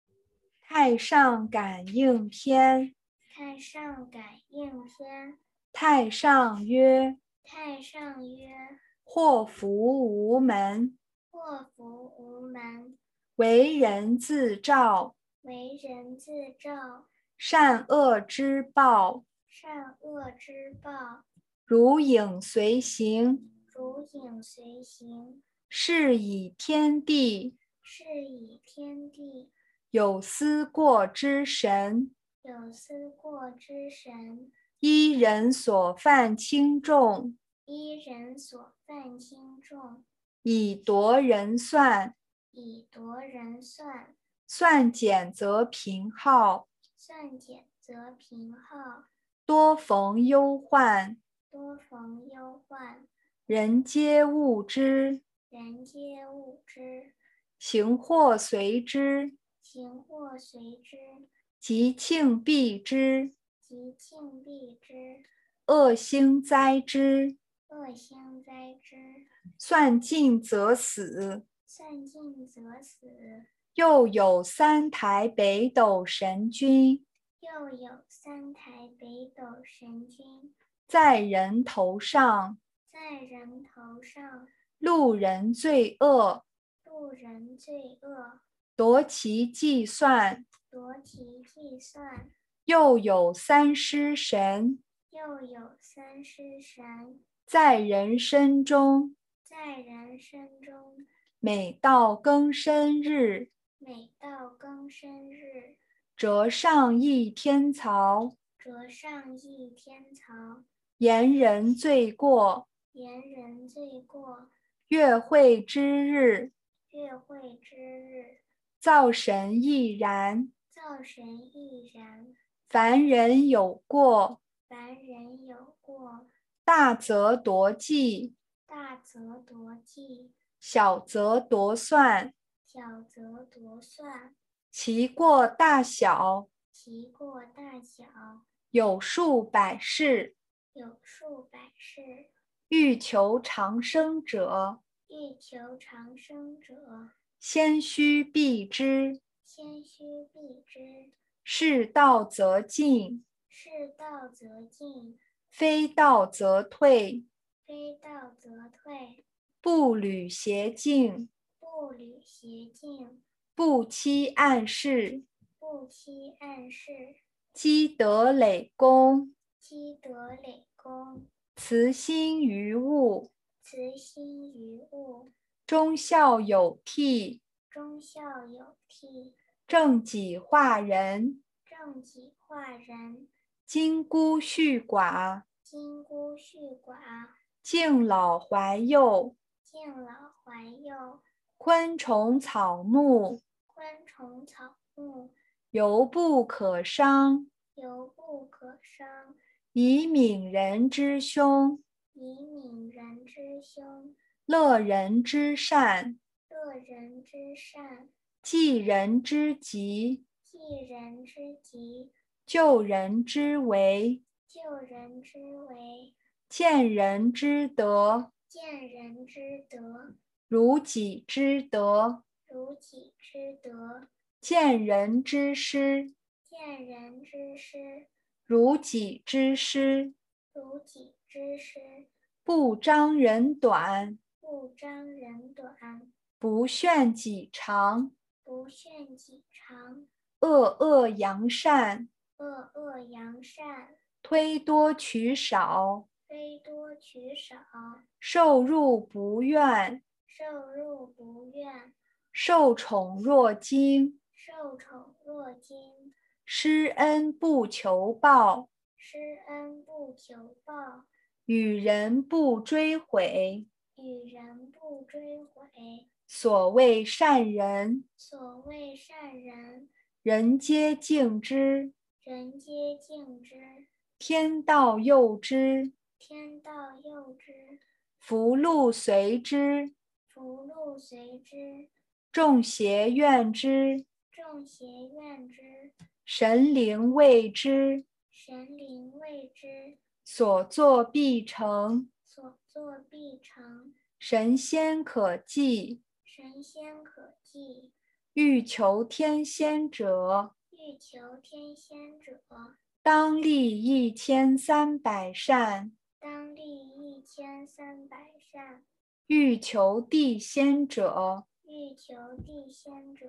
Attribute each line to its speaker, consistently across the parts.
Speaker 1: 《太上感应篇》《
Speaker 2: 太上感应篇》《
Speaker 1: 太上曰》《
Speaker 2: 太上曰》：“
Speaker 1: 祸福无门，
Speaker 2: 祸福无门，
Speaker 1: 为人自照，
Speaker 2: 为人自照，
Speaker 1: 善恶之报，
Speaker 2: 善恶之报，
Speaker 1: 如影随形。
Speaker 2: 如影随形。
Speaker 1: 是以天地
Speaker 2: 是以天地
Speaker 1: 有思过之神，
Speaker 2: 有思过之神，
Speaker 1: 依人所犯轻重，
Speaker 2: 依人所犯轻重，
Speaker 1: 以夺人算。
Speaker 2: 以夺人算。
Speaker 1: 算简则平号，
Speaker 2: 算简则平号，
Speaker 1: 多逢忧患，
Speaker 2: 多逢忧患，
Speaker 1: 人皆恶之，
Speaker 2: 人皆恶之，
Speaker 1: 行祸随之，
Speaker 2: 行祸随之，
Speaker 1: 吉庆避之，
Speaker 2: 吉庆避之，
Speaker 1: 恶星灾之。
Speaker 2: 恶星灾之。
Speaker 1: 算尽则死。
Speaker 2: 算尽则死。
Speaker 1: 又有三台北斗神君
Speaker 2: 又有三台北斗神君
Speaker 1: 在人头上，
Speaker 2: 在人头上，
Speaker 1: 路人罪恶，
Speaker 2: 路人罪恶，
Speaker 1: 夺其计算。
Speaker 2: 夺其计算。
Speaker 1: 又有三尸神
Speaker 2: 又有三尸神
Speaker 1: 在人身中，
Speaker 2: 在人身中，
Speaker 1: 每到更生日，
Speaker 2: 每到更生日，
Speaker 1: 折上一天槽，
Speaker 2: 折上一天槽。
Speaker 1: 言人罪过，
Speaker 2: 言人罪过，
Speaker 1: 月会之日，
Speaker 2: 月会之日，
Speaker 1: 灶神亦然。
Speaker 2: 灶神亦然。
Speaker 1: 凡人有过，
Speaker 2: 凡人有过，
Speaker 1: 大则夺计，
Speaker 2: 大则夺计，
Speaker 1: 小则夺算，
Speaker 2: 小则夺算。
Speaker 1: 其过大小，
Speaker 2: 其过大小，
Speaker 1: 有数百事。
Speaker 2: 有数百事。
Speaker 1: 欲求长生者，
Speaker 2: 欲求长生者，
Speaker 1: 先须避之。
Speaker 2: 先须避之。
Speaker 1: 是道则进，
Speaker 2: 是道则进，
Speaker 1: 非道则退。
Speaker 2: 非道则退。
Speaker 1: 不履邪径，
Speaker 2: 不履邪径，
Speaker 1: 不欺暗室，
Speaker 2: 不欺暗室，
Speaker 1: 积德累功，
Speaker 2: 积德累功，
Speaker 1: 慈心于物，
Speaker 2: 慈心于物，
Speaker 1: 忠孝有替，
Speaker 2: 忠孝有替，
Speaker 1: 正己化人，
Speaker 2: 正己化人，
Speaker 1: 金孤恤寡，
Speaker 2: 金孤恤寡，
Speaker 1: 敬老怀幼，
Speaker 2: 敬老怀幼，
Speaker 1: 昆虫草木，
Speaker 2: 昆虫草木，
Speaker 1: 犹不可伤，
Speaker 2: 犹不可伤。
Speaker 1: 以悯人之凶，
Speaker 2: 以悯人之凶，
Speaker 1: 乐人之善，
Speaker 2: 乐人之善，
Speaker 1: 济人之急，
Speaker 2: 济人之急，
Speaker 1: 救人之危，
Speaker 2: 救人之危，
Speaker 1: 见人之德，
Speaker 2: 见人之德，
Speaker 1: 如己之德，
Speaker 2: 如己之德，
Speaker 1: 见人之师，
Speaker 2: 见人之师，
Speaker 1: 如己之师，
Speaker 2: 如己之师，
Speaker 1: 不彰人短，
Speaker 2: 不彰人短，
Speaker 1: 不炫己长，
Speaker 2: 不炫己长，
Speaker 1: 恶恶扬善，
Speaker 2: 恶恶扬善，
Speaker 1: 推多取少，
Speaker 2: 非多取少，
Speaker 1: 受入不怨，
Speaker 2: 受辱不怨，
Speaker 1: 受宠若惊，
Speaker 2: 受宠若惊，
Speaker 1: 施恩不求报，
Speaker 2: 施恩不求报。
Speaker 1: 与人不追悔。
Speaker 2: 与人不追悔。
Speaker 1: 所谓善人，
Speaker 2: 所谓善人，
Speaker 1: 人皆敬之，
Speaker 2: 人皆敬之，
Speaker 1: 天道佑之，
Speaker 2: 天道佑之，
Speaker 1: 福禄随之，
Speaker 2: 福禄随之，
Speaker 1: 众邪怨之，
Speaker 2: 众邪怨之，
Speaker 1: 神灵畏之，
Speaker 2: 神灵畏之，
Speaker 1: 所作必成，
Speaker 2: 所作必成，
Speaker 1: 神仙可祭，
Speaker 2: 神仙可祭，
Speaker 1: 欲求天仙者，
Speaker 2: 欲求天仙者，
Speaker 1: 当立一千三百善；
Speaker 2: 当立一千三百善；
Speaker 1: 欲求地仙者，
Speaker 2: 欲求地仙者，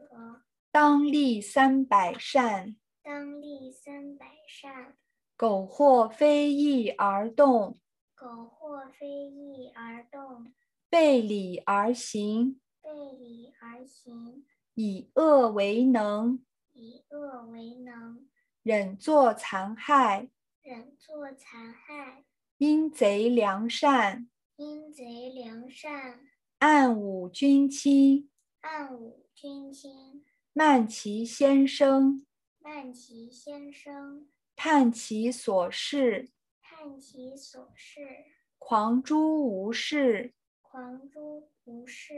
Speaker 1: 当立三百善。
Speaker 2: 当立三百善。
Speaker 1: 苟或非议而动，
Speaker 2: 苟或非议而动，
Speaker 1: 背礼而行，
Speaker 2: 背礼而行，
Speaker 1: 以恶为能，
Speaker 2: 以恶为能，
Speaker 1: 忍作残害，
Speaker 2: 忍作残害，
Speaker 1: 阴贼良善，
Speaker 2: 阴贼良善，
Speaker 1: 暗侮君亲，
Speaker 2: 暗侮君亲，
Speaker 1: 慢其先生，
Speaker 2: 慢其先生，
Speaker 1: 探其所事，
Speaker 2: 探其所事，
Speaker 1: 狂诸无事，
Speaker 2: 狂诸不是，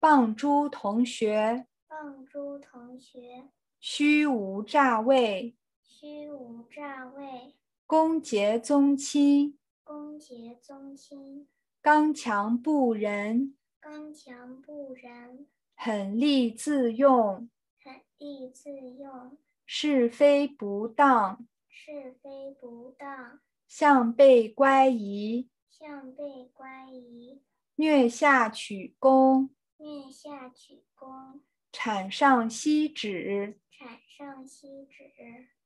Speaker 1: 谤诸同学，
Speaker 2: 谤诸同学，
Speaker 1: 虚无诈位，
Speaker 2: 虚无诈位，
Speaker 1: 攻讦宗亲，
Speaker 2: 攻讦宗亲，
Speaker 1: 刚强不仁，
Speaker 2: 刚强不仁，
Speaker 1: 狠戾自用。
Speaker 2: 狠戾自用，
Speaker 1: 是非不当，
Speaker 2: 是非不当。
Speaker 1: 向背乖移，
Speaker 2: 向背乖移，
Speaker 1: 虐下取功，
Speaker 2: 面下举躬，
Speaker 1: 产上息止，
Speaker 2: 产上息止，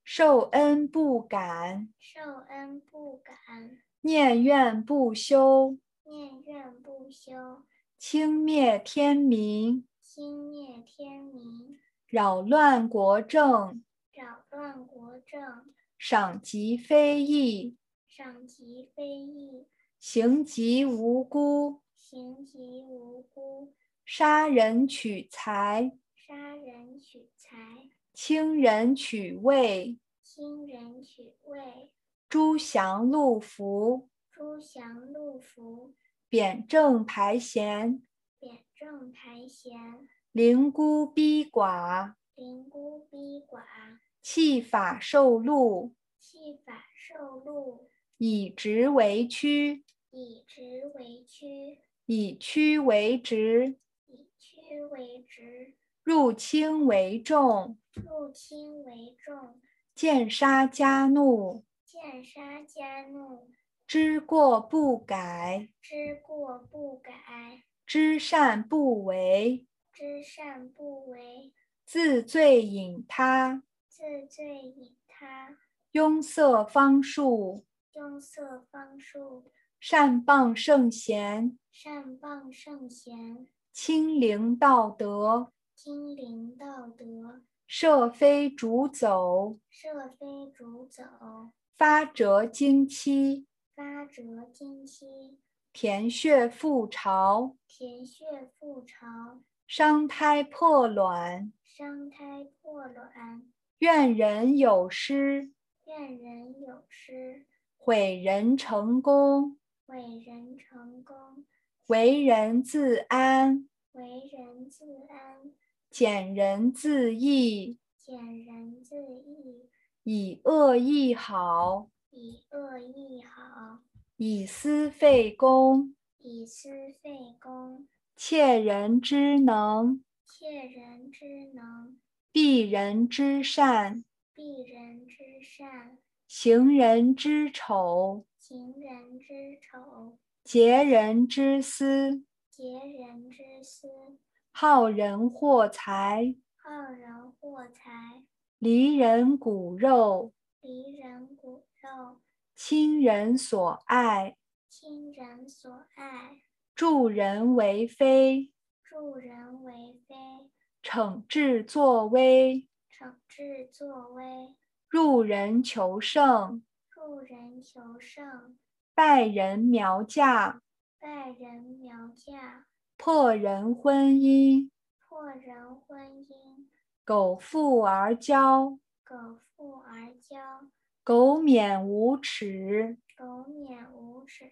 Speaker 1: 受恩不感，
Speaker 2: 受恩不感，
Speaker 1: 念怨不休，
Speaker 2: 念怨不休，
Speaker 1: 轻蔑天明，
Speaker 2: 轻蔑天明，
Speaker 1: 扰乱国政，
Speaker 2: 扰乱国政，
Speaker 1: 赏及非义，
Speaker 2: 赏及非义，
Speaker 1: 刑及无辜，
Speaker 2: 刑及无辜，
Speaker 1: 杀人取财，
Speaker 2: 杀人取财，
Speaker 1: 轻人取位，
Speaker 2: 轻人取位，
Speaker 1: 诛降戮服，
Speaker 2: 诛降戮服，
Speaker 1: 贬正排贤。
Speaker 2: 贬正排贤，
Speaker 1: 凌孤逼寡，
Speaker 2: 凌孤逼寡，
Speaker 1: 弃法受禄，
Speaker 2: 弃法受禄。
Speaker 1: 以直为曲，
Speaker 2: 以直为曲，
Speaker 1: 以曲为直，
Speaker 2: 以曲为直，
Speaker 1: 入轻为重，
Speaker 2: 入轻为重，
Speaker 1: 见杀加怒，
Speaker 2: 见杀加怒，
Speaker 1: 知过不改，
Speaker 2: 知过不改，
Speaker 1: 知善不为，
Speaker 2: 知善不为，
Speaker 1: 自罪引他，
Speaker 2: 自罪引他，
Speaker 1: 庸塞方术，
Speaker 2: 庸塞方术，
Speaker 1: 善谤圣贤，
Speaker 2: 善谤圣贤，
Speaker 1: 清灵道德，
Speaker 2: 精灵道德，
Speaker 1: 射飞逐走，
Speaker 2: 射飞逐走，
Speaker 1: 发折经期。
Speaker 2: 发折金期，
Speaker 1: 填穴覆巢，
Speaker 2: 填穴覆巢，
Speaker 1: 伤胎破卵，
Speaker 2: 伤胎破卵，
Speaker 1: 怨人有失，
Speaker 2: 怨人有失。
Speaker 1: 毁人成功，
Speaker 2: 为人成功，
Speaker 1: 为人自安，
Speaker 2: 为人自安，
Speaker 1: 减人自益，
Speaker 2: 减人自益，
Speaker 1: 以恶易好，
Speaker 2: 以恶易好，
Speaker 1: 以私废公，
Speaker 2: 以私废公，
Speaker 1: 窃人之能，
Speaker 2: 窃人之能，
Speaker 1: 避人之善，
Speaker 2: 避人之善，
Speaker 1: 行人之丑，
Speaker 2: 行人之丑，
Speaker 1: 结人之私，
Speaker 2: 结人之私，
Speaker 1: 好人祸财，
Speaker 2: 好人祸财，
Speaker 1: 离人骨肉。
Speaker 2: 离人骨肉，
Speaker 1: 亲人所爱，
Speaker 2: 亲人所爱，
Speaker 1: 助人为非，
Speaker 2: 助人为非，
Speaker 1: 惩治作威，
Speaker 2: 惩治作威，
Speaker 1: 入人求胜，
Speaker 2: 助人求胜。
Speaker 1: 拜人苗价，
Speaker 2: 拜人苗价，
Speaker 1: 破人婚姻，
Speaker 2: 破人婚姻，
Speaker 1: 苟富而骄，
Speaker 2: 苟富而骄，
Speaker 1: 苟免无耻，
Speaker 2: 苟免无耻，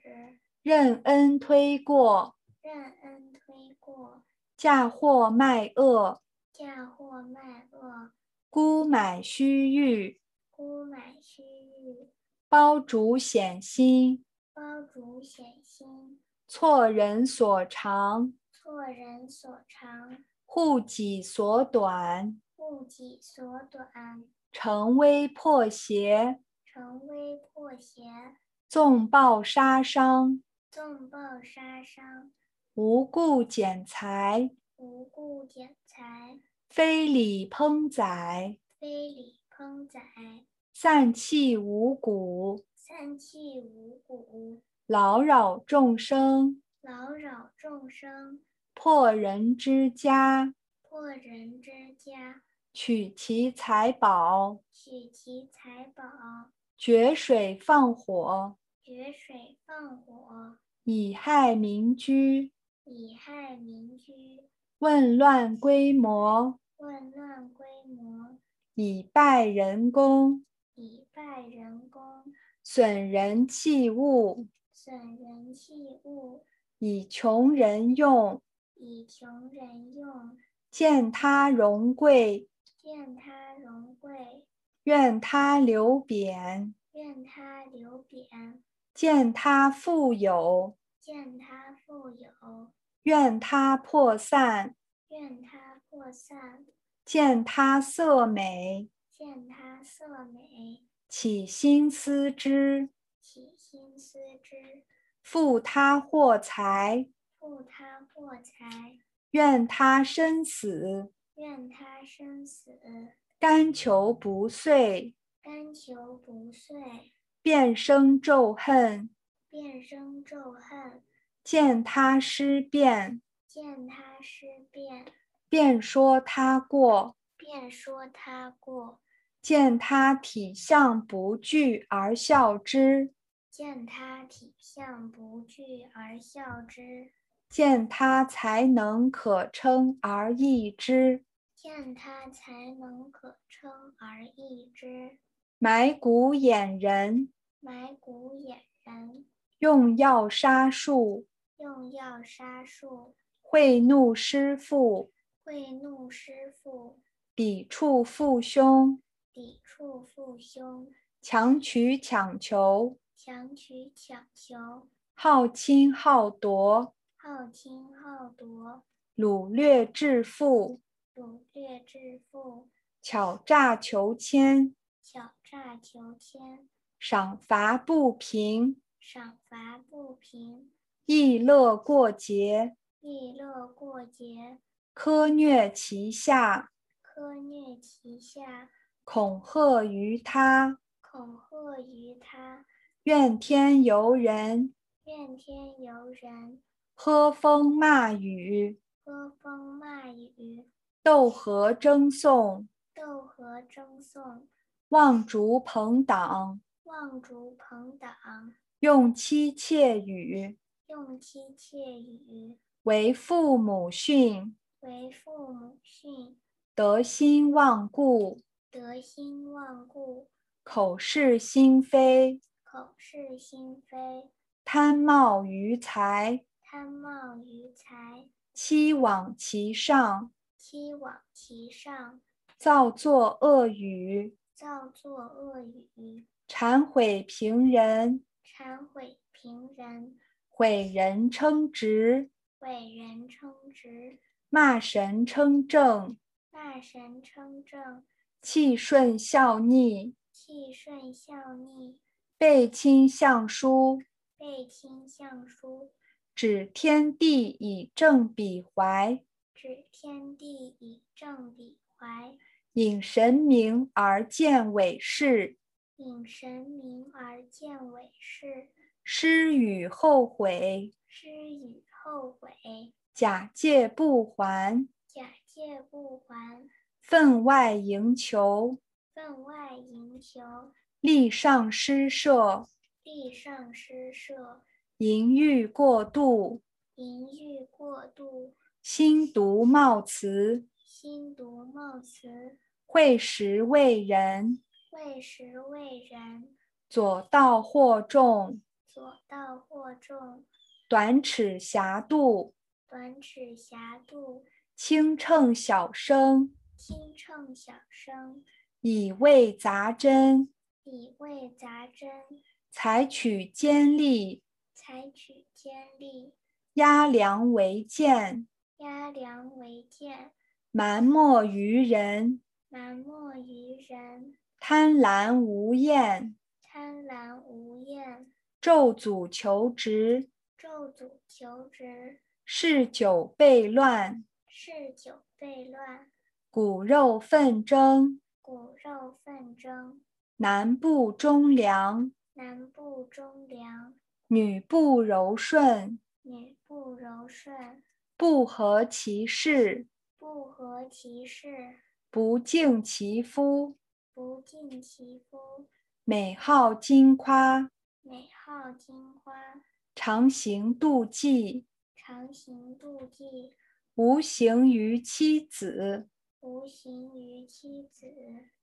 Speaker 1: 任恩推过，
Speaker 2: 任恩推过，
Speaker 1: 嫁祸卖恶，
Speaker 2: 嫁祸卖恶，
Speaker 1: 沽买虚誉，
Speaker 2: 沽买虚誉，
Speaker 1: 包竹显心，
Speaker 2: 包主显心，
Speaker 1: 错人所长，
Speaker 2: 错人所长，
Speaker 1: 护己所短，
Speaker 2: 物己所短，
Speaker 1: 乘危破邪，
Speaker 2: 成危破邪，
Speaker 1: 纵暴杀伤，
Speaker 2: 纵暴杀伤，
Speaker 1: 无故剪裁，
Speaker 2: 无故剪裁，
Speaker 1: 非礼烹宰，
Speaker 2: 非礼烹宰，
Speaker 1: 散气五谷，
Speaker 2: 散气五谷，
Speaker 1: 劳扰众生，
Speaker 2: 劳扰众生，
Speaker 1: 破人之家，
Speaker 2: 破人之家，
Speaker 1: 取其财宝，
Speaker 2: 取其财宝，
Speaker 1: 决水放火，
Speaker 2: 决水放火，
Speaker 1: 以害民居，
Speaker 2: 以害民居，
Speaker 1: 问乱规模，
Speaker 2: 混乱规模，
Speaker 1: 以败人功，
Speaker 2: 以败人功，
Speaker 1: 损人器物，
Speaker 2: 损人器物，
Speaker 1: 以穷人用，
Speaker 2: 以穷人用，
Speaker 1: 见他荣贵，
Speaker 2: 见他荣贵，
Speaker 1: 愿他流贬，
Speaker 2: 愿他流贬，
Speaker 1: 见他富有，
Speaker 2: 见他富有，
Speaker 1: 愿他破散，
Speaker 2: 愿他破散，
Speaker 1: 见他色美，
Speaker 2: 见他色美，
Speaker 1: 起心思之，
Speaker 2: 起心思之，
Speaker 1: 负他祸财，
Speaker 2: 负他祸财，
Speaker 1: 愿他生死，
Speaker 2: 愿他生死，
Speaker 1: 甘求不遂，
Speaker 2: 甘求不遂，
Speaker 1: 变生咒恨，
Speaker 2: 变生咒恨，
Speaker 1: 见他尸变，
Speaker 2: 见他尸变，
Speaker 1: 便说他过；
Speaker 2: 便说他过。
Speaker 1: 见他体相不惧而笑之，
Speaker 2: 见他体相不惧而笑之，
Speaker 1: 见他才能可称而易之。
Speaker 2: 见他才能可称而易之。
Speaker 1: 埋骨掩人，
Speaker 2: 埋骨掩人，
Speaker 1: 用药杀术，
Speaker 2: 用药杀术，
Speaker 1: 惠怒施父，
Speaker 2: 惠怒施父，
Speaker 1: 抵触父兄，
Speaker 2: 抵触父兄，
Speaker 1: 强取强求，
Speaker 2: 强取强求，
Speaker 1: 好侵好夺，
Speaker 2: 好侵好夺，
Speaker 1: 掳掠致富，
Speaker 2: 掳掠致富，
Speaker 1: 巧诈求签，
Speaker 2: 巧诈求签，
Speaker 1: 赏罚不平，
Speaker 2: 赏罚不平，
Speaker 1: 逸乐过节，
Speaker 2: 逸乐过节，
Speaker 1: 苛虐其下，
Speaker 2: 苛虐其下，
Speaker 1: 恐吓于他，
Speaker 2: 恐吓于他，
Speaker 1: 怨天尤人，
Speaker 2: 怨天尤人，
Speaker 1: 喝风骂雨，
Speaker 2: 喝风骂雨，
Speaker 1: 斗合争讼，
Speaker 2: 斗合争讼，
Speaker 1: 望竹朋党，
Speaker 2: 望竹朋党，
Speaker 1: 用妻妾语，
Speaker 2: 用妻妾语，
Speaker 1: 为父母训，
Speaker 2: 为父母训，
Speaker 1: 得心忘故，
Speaker 2: 得心忘故，
Speaker 1: 口是心非，
Speaker 2: 口是心非，
Speaker 1: 贪冒于财，
Speaker 2: 贪冒于财，
Speaker 1: 欺罔其上，
Speaker 2: 欺罔其上，
Speaker 1: 造作恶语，
Speaker 2: 造作恶语，
Speaker 1: 谄毁平人，
Speaker 2: 谄毁平人，
Speaker 1: 毁人称职，
Speaker 2: 毁人称职，
Speaker 1: 骂神称正，
Speaker 2: 骂神称正，
Speaker 1: 气顺孝逆，
Speaker 2: 气顺孝逆，
Speaker 1: 背亲相疏，
Speaker 2: 背亲相疏，
Speaker 1: 指天地以正彼怀，
Speaker 2: 指天地以正彼怀，
Speaker 1: 引神明而见伪事，
Speaker 2: 引神明而见伪事，
Speaker 1: 施与后悔，
Speaker 2: 施与后悔，
Speaker 1: 假借不还，
Speaker 2: 假借不还，
Speaker 1: 分外营求，
Speaker 2: 分外营求，
Speaker 1: 力上施设，
Speaker 2: 地上施设，
Speaker 1: 淫欲过度，
Speaker 2: 淫欲过度，
Speaker 1: 心毒冒词，
Speaker 2: 心毒冒词，
Speaker 1: 会食为人，
Speaker 2: 为时为人，
Speaker 1: 左道惑众，
Speaker 2: 左道惑众，
Speaker 1: 短尺狭度，
Speaker 2: 短尺狭度，
Speaker 1: 轻秤小生，
Speaker 2: 轻秤小生，
Speaker 1: 以味杂真，
Speaker 2: 以味杂真，
Speaker 1: 采取尖利，
Speaker 2: 采取尖利，
Speaker 1: 压梁为剑，
Speaker 2: 压梁为剑，
Speaker 1: 蛮莫于人，
Speaker 2: 满目于人，
Speaker 1: 贪婪无厌，
Speaker 2: 贪婪无厌，
Speaker 1: 咒诅求职，
Speaker 2: 咒诅求职，
Speaker 1: 嗜酒悖乱，
Speaker 2: 嗜酒悖乱，
Speaker 1: 骨肉纷争，
Speaker 2: 骨肉纷争，
Speaker 1: 男不忠良，
Speaker 2: 男不忠良，
Speaker 1: 女不柔顺，
Speaker 2: 女不柔顺，
Speaker 1: 不合其事，
Speaker 2: 不合其事，
Speaker 1: 不敬其夫，
Speaker 2: 不敬其夫，
Speaker 1: 美好金夸，
Speaker 2: 美好金花，
Speaker 1: 常行妒忌，
Speaker 2: 常行妒忌，
Speaker 1: 无形于妻子，
Speaker 2: 无形于妻子。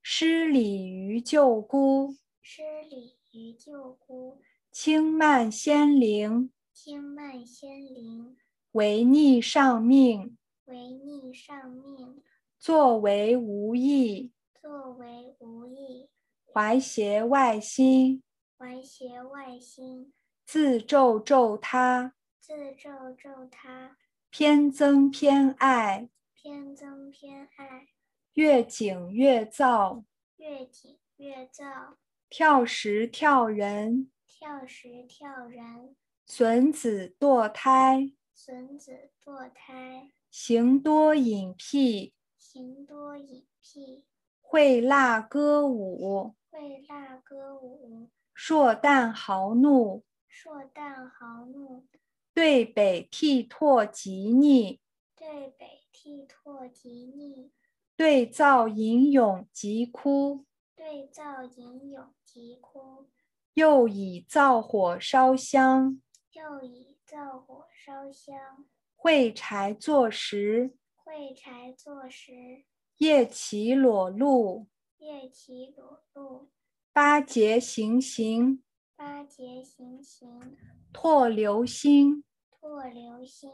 Speaker 1: 失礼于舅姑，
Speaker 2: 失礼于舅姑，
Speaker 1: 轻慢先灵，
Speaker 2: 轻慢先灵，
Speaker 1: 违逆上命，
Speaker 2: 违逆上命，
Speaker 1: 作为无益，
Speaker 2: 作为无益，
Speaker 1: 怀邪外心，
Speaker 2: 怀邪外心，
Speaker 1: 自咒咒他，
Speaker 2: 自咒咒他，
Speaker 1: 偏增偏爱，
Speaker 2: 偏增偏爱，
Speaker 1: 越井越造，
Speaker 2: 越紧越躁，
Speaker 1: 跳时跳人，
Speaker 2: 跳时跳人，
Speaker 1: 损子堕胎，
Speaker 2: 损子堕胎，
Speaker 1: 行多隐僻，
Speaker 2: 行多隐僻，
Speaker 1: 会辣歌舞，
Speaker 2: 会辣歌舞，
Speaker 1: 硕旦豪怒，
Speaker 2: 硕旦豪怒，
Speaker 1: 对北涕唾极逆，
Speaker 2: 对北涕唾极逆，
Speaker 1: 对造吟咏极哭，
Speaker 2: 对造吟咏极哭。
Speaker 1: 又以造火烧香，
Speaker 2: 又以灶火烧香，
Speaker 1: 会柴作石，
Speaker 2: 会柴作石，
Speaker 1: 夜骑裸露，
Speaker 2: 夜骑裸露，
Speaker 1: 八节行刑，
Speaker 2: 八节行刑，
Speaker 1: 唾流星，
Speaker 2: 唾流星，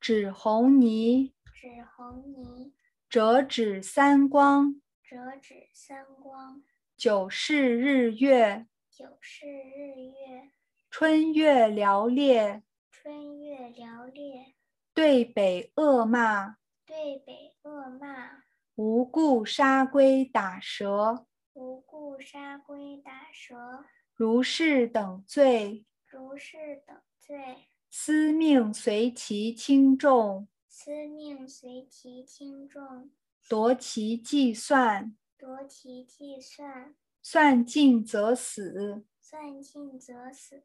Speaker 1: 指红泥，
Speaker 2: 指红泥，
Speaker 1: 折指三光，
Speaker 2: 折指三光，
Speaker 1: 九世日月，
Speaker 2: 九世日月，
Speaker 1: 春月寥烈，
Speaker 2: 春月寥烈，
Speaker 1: 对北恶骂，
Speaker 2: 对北恶骂，
Speaker 1: 无故杀龟打蛇，
Speaker 2: 无故杀龟打蛇，
Speaker 1: 如是等罪，
Speaker 2: 如是等罪，
Speaker 1: 司命随其轻重，
Speaker 2: 司命随其轻重，
Speaker 1: 夺其计算，
Speaker 2: 夺其计算，
Speaker 1: 算尽则死，
Speaker 2: 算尽则死。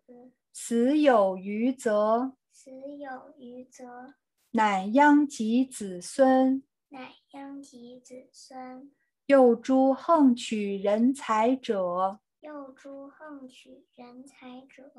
Speaker 1: 死有余则，
Speaker 2: 死有余则，
Speaker 1: 乃殃及子孙。
Speaker 2: 乃殃及子孙；
Speaker 1: 又诸横取人才者，
Speaker 2: 又诸横取人才者，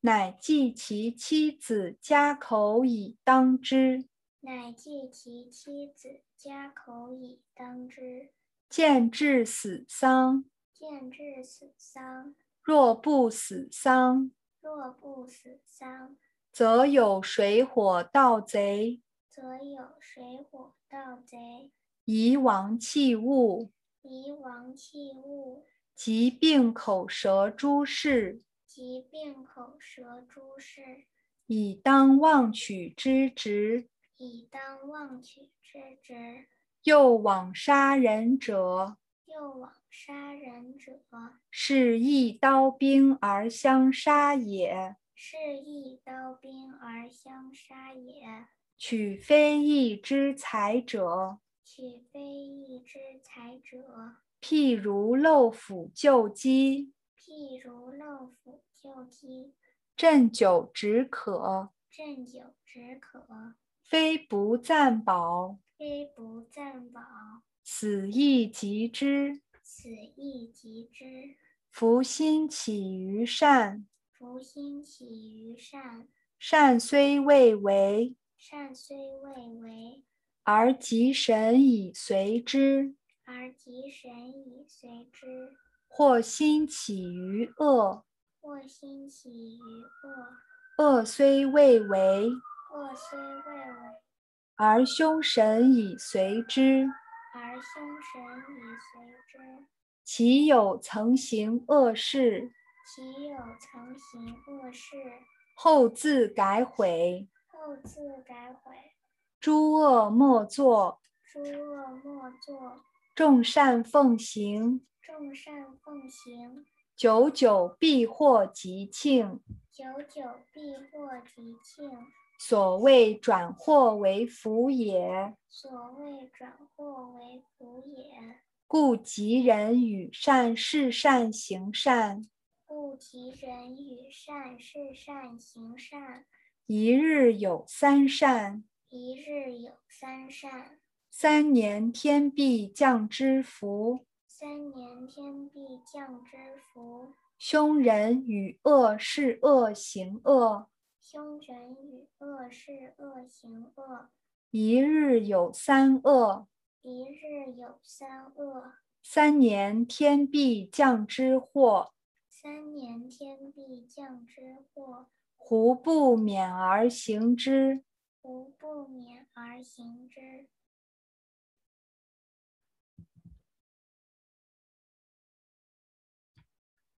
Speaker 1: 乃计其妻子家口以当之。
Speaker 2: 乃计其妻子家口以当之。
Speaker 1: 见至死丧，
Speaker 2: 见至死丧，
Speaker 1: 若不死丧，
Speaker 2: 若不死丧，
Speaker 1: 则有水火盗贼，
Speaker 2: 则有水火盗贼，
Speaker 1: 夷王弃物，
Speaker 2: 夷王弃物，
Speaker 1: 疾病口舌诸事，
Speaker 2: 疾病口舌诸事，
Speaker 1: 以当忘取之职。
Speaker 2: 以当忘取之职。
Speaker 1: 又往杀人者，
Speaker 2: 又往杀人者，
Speaker 1: 是一刀兵而相杀也；
Speaker 2: 是一刀兵而相杀也。
Speaker 1: 取非义之财者，
Speaker 2: 取非义之财者，
Speaker 1: 譬如漏斧救鸡，
Speaker 2: 譬如漏斧救鸡，
Speaker 1: 鸩酒止渴，
Speaker 2: 鸩酒止渴，
Speaker 1: 非不暂饱，
Speaker 2: 非不暂饱，
Speaker 1: 死亦及之。
Speaker 2: 此亦及之。
Speaker 1: 夫心起于善，
Speaker 2: 福心起于善，
Speaker 1: 善虽未为，
Speaker 2: 善虽未为，
Speaker 1: 而及神以随之；
Speaker 2: 而及神以随之。
Speaker 1: 或心起于恶，
Speaker 2: 祸心起于恶，
Speaker 1: 恶虽未为，
Speaker 2: 恶虽未为，
Speaker 1: 而凶神以随之，
Speaker 2: 而凶神以随之。
Speaker 1: 其有曾行恶事，
Speaker 2: 其有曾行恶事，
Speaker 1: 后自改悔。
Speaker 2: 后自改悔，
Speaker 1: 诸恶莫作，
Speaker 2: 诸恶莫作，
Speaker 1: 众善奉行，
Speaker 2: 众善奉行，
Speaker 1: 久久必获吉庆。
Speaker 2: 久久必获吉庆。
Speaker 1: 所谓转祸为福也，
Speaker 2: 所谓转祸为福也，
Speaker 1: 故吉人与善事善行善，
Speaker 2: 故其人与善事善行善，
Speaker 1: 一日有三善，
Speaker 2: 一日有三善，
Speaker 1: 三年天必降之福。
Speaker 2: 三年天必降之福。
Speaker 1: 凶人与恶是恶行恶，
Speaker 2: 凶人与恶是恶行恶，
Speaker 1: 一日有三恶，
Speaker 2: 一日有三恶，
Speaker 1: 三年天必降之祸，
Speaker 2: 三年天必降之祸，
Speaker 1: 胡不免而行之。
Speaker 2: 无不免而行之。